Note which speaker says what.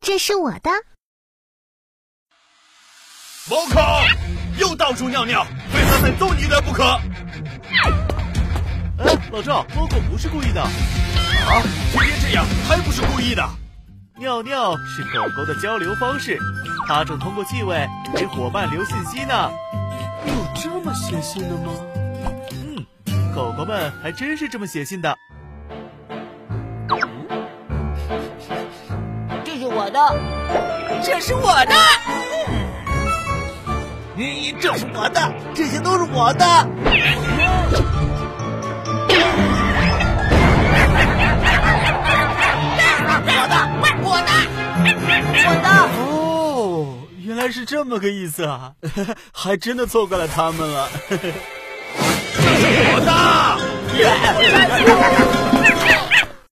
Speaker 1: 这是我的。
Speaker 2: 毛孔又到处尿尿，非狠狠揍你一顿不可！哎，老赵，猫狗不是故意的。啊，天天这样还不是故意的？尿尿是狗狗的交流方式，它正通过气味给伙伴留信息呢。
Speaker 3: 有这么写信的吗？
Speaker 2: 嗯，狗狗们还真是这么写信的。
Speaker 4: 这是我的，这是我的，
Speaker 3: 咦，这是我的，这些都是我的。
Speaker 4: 我
Speaker 3: 哦，原来是这么个意思啊！ 还真的错怪了 他们了。
Speaker 2: 我
Speaker 4: 的。
Speaker 2: 的，